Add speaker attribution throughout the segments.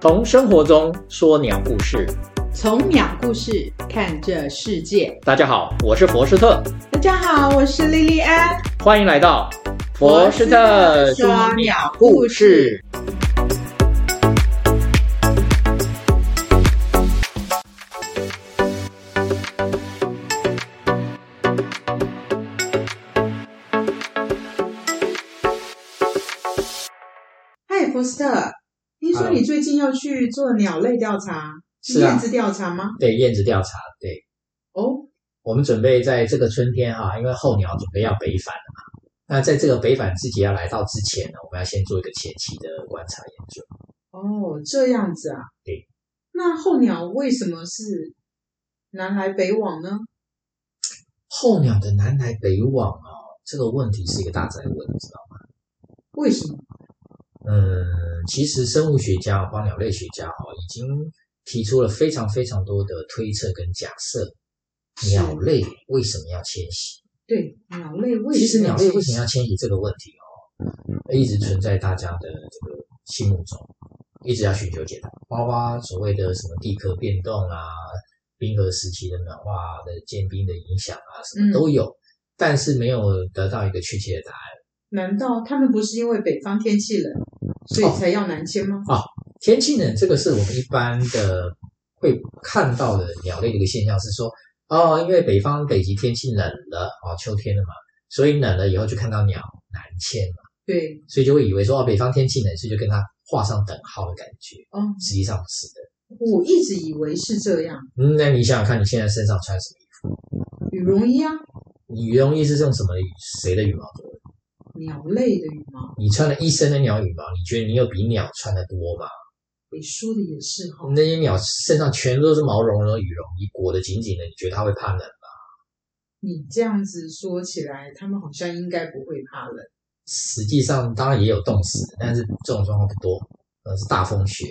Speaker 1: 从生活中说鸟故事。
Speaker 2: 从鸟故事看这世界。
Speaker 1: 大家好，我是佛斯特，
Speaker 2: 大家好，我是莉莉安。
Speaker 1: 欢迎来到佛斯特说鸟故事。
Speaker 2: 嗨，福斯特，听说
Speaker 1: Hello
Speaker 2: 你最近要去做鸟类调查，
Speaker 1: 是啊
Speaker 2: 燕子调查吗？
Speaker 1: 对燕子调查，对
Speaker 2: 哦，
Speaker 1: 我们准备在这个春天啊，因为候鸟准备要北返了嘛。那在这个北返自己要来到之前呢，我们要先做一个前期的观察研究。
Speaker 2: 哦，这样子啊。
Speaker 1: 对。
Speaker 2: 那候鸟为什么是南来北往呢？
Speaker 1: 候鸟的南来北往啊，这个问题是一个大灾问，你知道吗？
Speaker 2: 为什么？
Speaker 1: 嗯，其实生物学家、花鸟类学家哈、已经提出了非常非常多的推测跟假设，
Speaker 2: 是
Speaker 1: 鸟类为什么要迁徙？
Speaker 2: 对，鸟类为
Speaker 1: 其实
Speaker 2: 什么
Speaker 1: 鸟类为啊什么要迁徙这个问题哦，一直存在大家的这个心目中，一直要寻求解答，包括所谓的什么地壳变动啊、冰河时期的暖化的渐冰的影响啊，什么都有，但是没有得到一个确切的答案。
Speaker 2: 难道他们不是因为北方天气冷，所以才要南迁吗？
Speaker 1: 天气冷，这个是我们一般的会看到的鸟类的一个现象，是说哦，因为北方北极天气冷了，哦，秋天了嘛，所以冷了以后就看到鸟南迁嘛，
Speaker 2: 对，
Speaker 1: 所以就会以为说哦，北方天气冷，所以就跟它画上等号的感觉，
Speaker 2: 哦，
Speaker 1: 实际上不是的。
Speaker 2: 我一直以为是这样，
Speaker 1: 嗯，那你想想看，你现在身上穿什么衣
Speaker 2: 羽绒衣啊，
Speaker 1: 服？你羽绒衣是用什么羽谁的羽毛做的？
Speaker 2: 鸟类的羽毛。
Speaker 1: 你穿了一身的鸟羽毛，你觉得你有比鸟穿的多吗？
Speaker 2: 你说的也是哈、
Speaker 1: 那些鸟身上全都是毛茸茸的羽绒衣，裹得紧紧的，你觉得它会怕冷吗？
Speaker 2: 你这样子说起来，他们好像应该不会怕冷。
Speaker 1: 实际上当然也有冻死的，但是这种状况不多，呃，是大风雪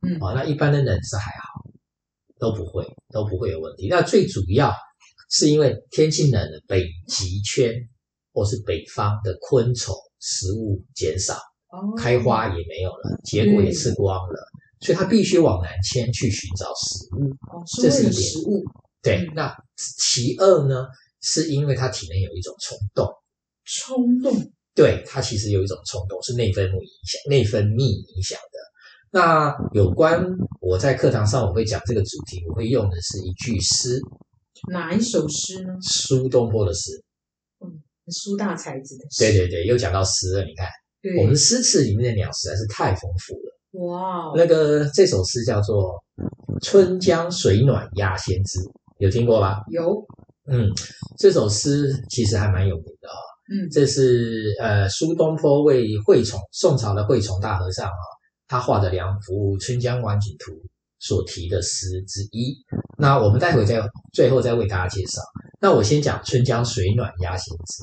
Speaker 2: 嗯，
Speaker 1: 啊、哦那一般的冷是还好，都不会，都不会有问题。那最主要是因为天气冷了，北极圈或是北方的昆虫食物减少，
Speaker 2: 哦，嗯
Speaker 1: 开花也没有了，结果也吃光了，所以它必须往南迁去寻找食物。
Speaker 2: 哦，是
Speaker 1: 这是
Speaker 2: 为了
Speaker 1: 一点
Speaker 2: 食物。
Speaker 1: 对
Speaker 2: 嗯，
Speaker 1: 那其二呢，是因为它体内有一种冲动。
Speaker 2: 冲动，
Speaker 1: 对它其实有一种冲动，是内分泌影响、内分泌影响的。那有关我在课堂上我会讲这个主题，我会用的是一句诗，
Speaker 2: 哪一首诗呢？
Speaker 1: 苏东坡的诗。
Speaker 2: 苏大才子的诗。
Speaker 1: 对对对，又讲到诗了。你看，
Speaker 2: 对
Speaker 1: 我们诗词里面的鸟实在是太丰富了。
Speaker 2: 哇哦，
Speaker 1: 那个这首诗叫做《春江水暖鸭先知》，有听过吧？
Speaker 2: 有，
Speaker 1: 嗯，这首诗其实还蛮有名的哦。
Speaker 2: 嗯，
Speaker 1: 这是呃苏东坡为惠崇宋朝的惠崇大和尚啊、他画的两幅《春江晚景图》所提的诗之一。那我们待会再最后再为大家介绍。那我先讲《春江水暖鸭先知》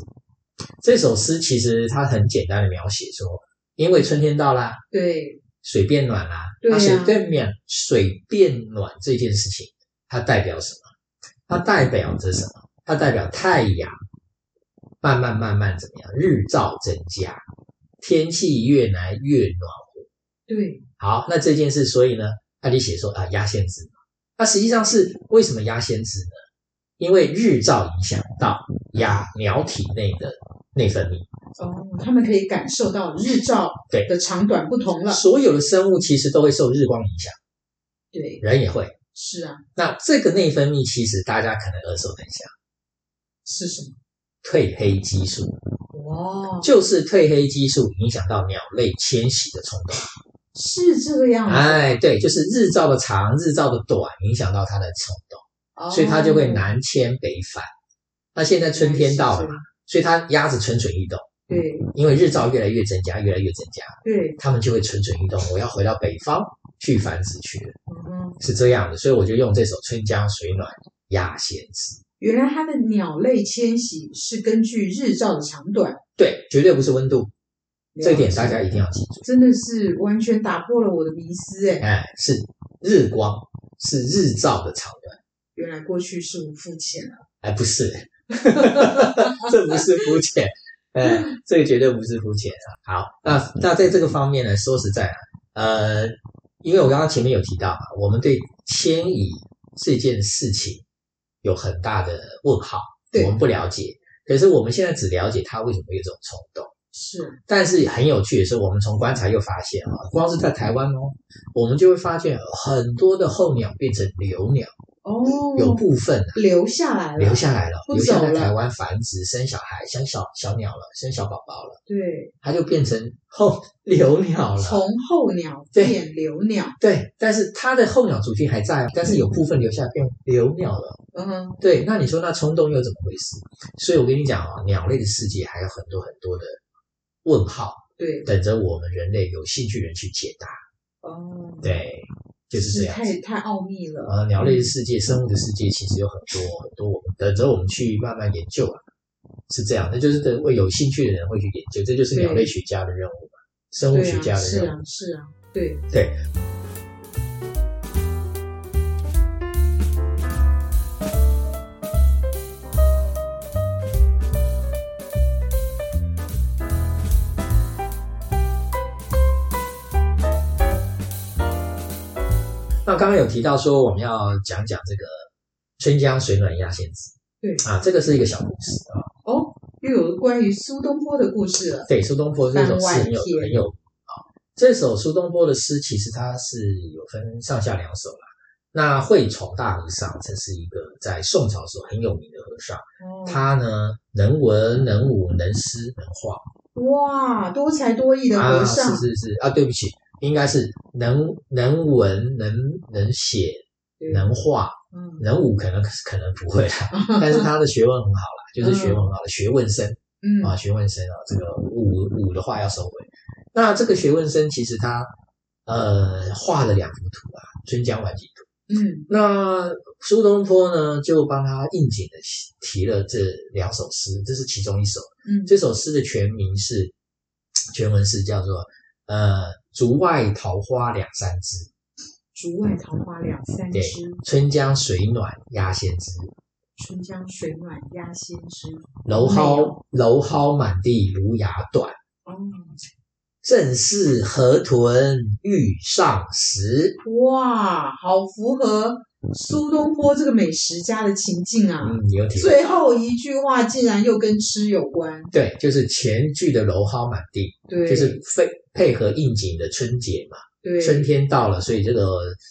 Speaker 1: 这首诗，其实它很简单的描写说，因为春天到啦，
Speaker 2: 对，
Speaker 1: 水变暖啦、
Speaker 2: 对
Speaker 1: 那
Speaker 2: 啊
Speaker 1: 水变暖，水变暖这件事情，它代表什么？它代表着什么？它代表太阳慢慢慢慢怎么样？日照增加，天气越来越暖
Speaker 2: 对，
Speaker 1: 好，那这件事，所以呢，他就写说啊，压先知嘛。那实际上是为什么压先知呢？因为日照影响到鸭鸟体内的内分泌，
Speaker 2: 哦，他们可以感受到日照
Speaker 1: 对
Speaker 2: 的长短不同了。
Speaker 1: 所有的生物其实都会受日光影响，
Speaker 2: 对，
Speaker 1: 人也会。
Speaker 2: 是啊，
Speaker 1: 那这个内分泌其实大家可能耳熟能详，
Speaker 2: 是什么？
Speaker 1: 褪黑激素
Speaker 2: 哇，哦
Speaker 1: 就是褪黑激素影响到鸟类迁徙的冲动。
Speaker 2: 是这个样子，
Speaker 1: 哎，对，就是日照的长、日照的短影响到它的冲动，
Speaker 2: 哦
Speaker 1: 所以它就会。南迁北返。那现在春天到了嘛，所以它鸭子蠢蠢欲动，嗯
Speaker 2: 对
Speaker 1: 因为日照越来越增加，越来越增加，
Speaker 2: 对，
Speaker 1: 它们就会蠢蠢欲动，我要回到北方去繁殖去了，
Speaker 2: 嗯哼，
Speaker 1: 是这样的。所以我就用这首《春江水暖鸭先知》，
Speaker 2: 原来它的鸟类迁徙是根据日照的长短。
Speaker 1: 对，绝对不是温度，这一点大家一定要记住。
Speaker 2: 真的是完全打破了我的迷思哎！
Speaker 1: 哎，是日光，是日照的长短，
Speaker 2: 原来过去是我肤浅了，
Speaker 1: 哎，不是，这不是肤浅，呃，这个绝对不是肤浅啊。好，那那在这个方面呢，说实在啊，呃，因为我刚刚前面有提到嘛，我们对迁移这件事情有很大的问号，
Speaker 2: 对
Speaker 1: 我们不了解。可是我们现在只了解他为什么有这种冲动。
Speaker 2: 是
Speaker 1: 但是很有趣的是，我们从观察又发现啊，光是在台湾哦，我们就会发现很多的候鸟变成留鸟，
Speaker 2: 哦，
Speaker 1: 有部分啊
Speaker 2: 留下来了，
Speaker 1: 留下来了，
Speaker 2: 不
Speaker 1: 留下
Speaker 2: 走
Speaker 1: 在
Speaker 2: 了
Speaker 1: 台湾繁殖生小孩，生小小鸟了，生小宝宝了，
Speaker 2: 对，
Speaker 1: 它就变成候留鸟
Speaker 2: 从
Speaker 1: 了。
Speaker 2: 候鸟变留鸟，
Speaker 1: 对，但是它的候鸟族群还在，哦但是有部分留下来变留鸟了。
Speaker 2: 嗯哼，
Speaker 1: 对，那你说那冲动又怎么回事？所以我跟你讲啊，鸟类的世界还有很多很多的问号，
Speaker 2: 对，
Speaker 1: 等着我们人类有兴趣人去解答。
Speaker 2: 哦，，
Speaker 1: 对，就是啊这样子。
Speaker 2: 太太奥秘了，
Speaker 1: 呃，鸟类的世界、生物的世界其实有很多很多，我们等着我们去慢慢研究啊，是这样。那就是等会有兴趣的人会去研究，这就是鸟类学家的任务嘛，生物
Speaker 2: 对
Speaker 1: 学
Speaker 2: 啊，
Speaker 1: 家的
Speaker 2: 是
Speaker 1: 任务。
Speaker 2: 啊，是啊，对，
Speaker 1: 那刚刚有提到说我们要讲讲这个春江水暖鸭先知，
Speaker 2: 对
Speaker 1: 啊，这个是一个小故事啊。
Speaker 2: 哦，又有关于苏东坡的故事了，
Speaker 1: 对，苏东坡这首诗很
Speaker 2: 番外
Speaker 1: 有
Speaker 2: 篇
Speaker 1: 很有啊。这首苏东坡的诗其实它是有分上下两首啦。那惠崇大和尚，这是一个在宋朝时候很有名的和尚，
Speaker 2: 哦，
Speaker 1: 他呢能文能武能诗能画
Speaker 2: 哇，多才多艺的和尚
Speaker 1: 啊，，是是是啊，对不起，应该是能能文能能写
Speaker 2: 对
Speaker 1: 能画
Speaker 2: 嗯，
Speaker 1: 能武，可能可能 不会啦，但是他的学问很好啦，就是学问很好的学问生。
Speaker 2: 嗯，
Speaker 1: 啊，学问生啊，这个五五的话要收回。那这个学问生其实他呃画了两幅图啊，春江晚景图。
Speaker 2: 嗯，
Speaker 1: 那苏东坡呢，就帮他应景的提了这两首诗，这是其中一首。
Speaker 2: 嗯，
Speaker 1: 这首诗的全名是全文是叫做呃“竹外桃花两三枝，
Speaker 2: 竹外桃花两三
Speaker 1: 对
Speaker 2: 枝，
Speaker 1: 春江水暖鸭先知。
Speaker 2: 春江水暖鸭先知。
Speaker 1: 蒌
Speaker 2: 没
Speaker 1: 蒿
Speaker 2: 有
Speaker 1: 蒌蒿满地芦芽短。”
Speaker 2: 哦，
Speaker 1: 正是河豚欲上时。
Speaker 2: 哇，好符合苏东坡这个美食家的情境啊！
Speaker 1: 嗯，有体会。
Speaker 2: 最后一句话竟然又跟吃有关，
Speaker 1: 对，就是前句的蒌蒿满地，
Speaker 2: 对，
Speaker 1: 就是配配合应景的春节嘛，
Speaker 2: 对。
Speaker 1: 春天到了，所以这个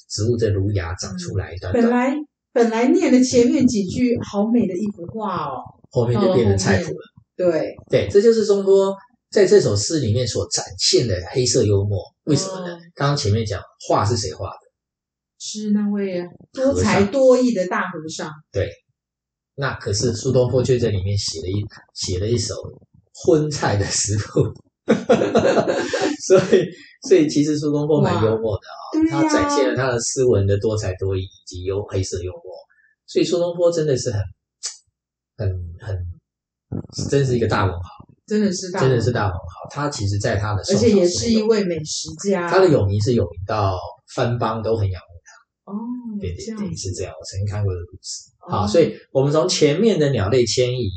Speaker 1: 植物的芦芽长出来，短
Speaker 2: 本
Speaker 1: 短，
Speaker 2: 来本来念的前面几句，好美的一幅画哦。
Speaker 1: 后面就变成菜谱了。
Speaker 2: 对，
Speaker 1: 对，这就是中坡在这首诗里面所展现的黑色幽默。为什么呢？
Speaker 2: 嗯
Speaker 1: 刚刚前面讲画是谁画的，
Speaker 2: 是那位多才多艺的大和尚。
Speaker 1: 那可是苏东坡却在里面写了一写了一首荤菜的食谱， 所以所以其实苏东坡蛮幽默的。
Speaker 2: 对啊
Speaker 1: 他展现
Speaker 2: 呀、
Speaker 1: 了他的斯文的多才多艺以及幽黑色幽默，所以苏东坡真的是很、很、很，真是一个大文豪，
Speaker 2: 真的是大，
Speaker 1: 真的是，大文豪。他其实在他的
Speaker 2: 而
Speaker 1: 宋朝
Speaker 2: 且
Speaker 1: 时候，
Speaker 2: 也是一位美食家。
Speaker 1: 他的有名是有名到藩邦都很仰慕
Speaker 2: 哦，
Speaker 1: 他，对
Speaker 2: 这
Speaker 1: 对
Speaker 2: 样
Speaker 1: 对，
Speaker 2: 子
Speaker 1: 是这样。我曾经看过这个故事。好，
Speaker 2: 哦
Speaker 1: 所以我们从前面的鸟类迁移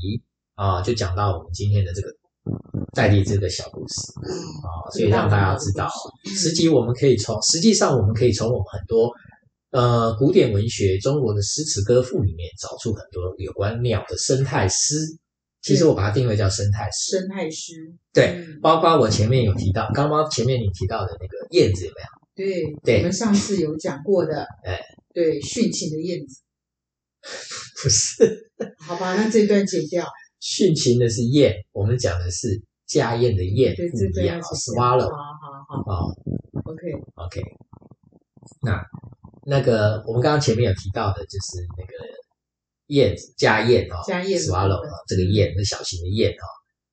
Speaker 1: 啊，就讲到我们今天的这个戴笠这个小故事。
Speaker 2: 嗯
Speaker 1: 啊，所以让大家知道，
Speaker 2: 嗯
Speaker 1: 实际我们可以从，实际上我们可以从我们很多呃古典文学、中国的诗词歌赋里面找出很多有关鸟的生态诗。其实我把它定位叫生态诗，
Speaker 2: 生态师。
Speaker 1: 对
Speaker 2: 嗯
Speaker 1: 包括我前面有提到，刚刚前面你提到的那个燕子有没有？
Speaker 2: 对，
Speaker 1: 对
Speaker 2: 我们上次有讲过的，
Speaker 1: 哎，
Speaker 2: 对，殉情的燕子，
Speaker 1: 不是，
Speaker 2: 好吧，那这一段剪掉，
Speaker 1: 殉情的是燕，我们讲的是家燕的燕，
Speaker 2: 对，
Speaker 1: 不
Speaker 2: 这
Speaker 1: 一
Speaker 2: 段
Speaker 1: 样哦
Speaker 2: 是
Speaker 1: ，swallow
Speaker 2: 好好好
Speaker 1: 哦
Speaker 2: ，OK，
Speaker 1: OK，那那个我们刚刚前面有提到的，就是那个燕子家燕哦，
Speaker 2: 家燕
Speaker 1: swallow 哦这个燕，那小型的燕哦。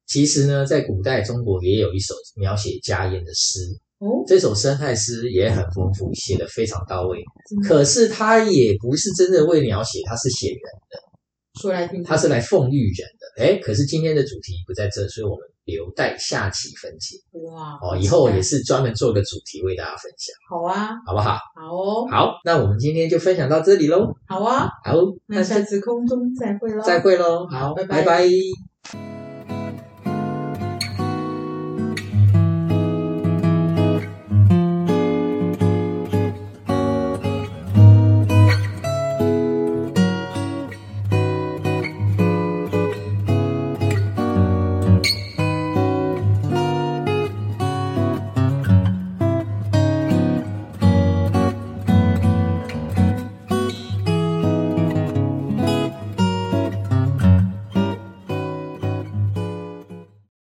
Speaker 1: 其实呢，在古代中国也有一首描写家燕的诗，
Speaker 2: 哦，
Speaker 1: 这首生态诗也很丰富，写的非常到位。
Speaker 2: 真的
Speaker 1: 可是它也不是真的为描写，它是写人，
Speaker 2: 说来听听
Speaker 1: 它。是来奉育人的。哎，可是今天的主题不在这，所以我们留待下期分解
Speaker 2: 哇，
Speaker 1: 哦。以后也
Speaker 2: 是
Speaker 1: 是专门做个主题为大家分享，
Speaker 2: 好啊，
Speaker 1: 好不好？
Speaker 2: 好哦，
Speaker 1: 好，那我们今天就分享到这里喽。
Speaker 2: 好啊，
Speaker 1: 好，
Speaker 2: 那下次空中再会喽，
Speaker 1: 再会喽。好，
Speaker 2: 拜拜
Speaker 1: 拜拜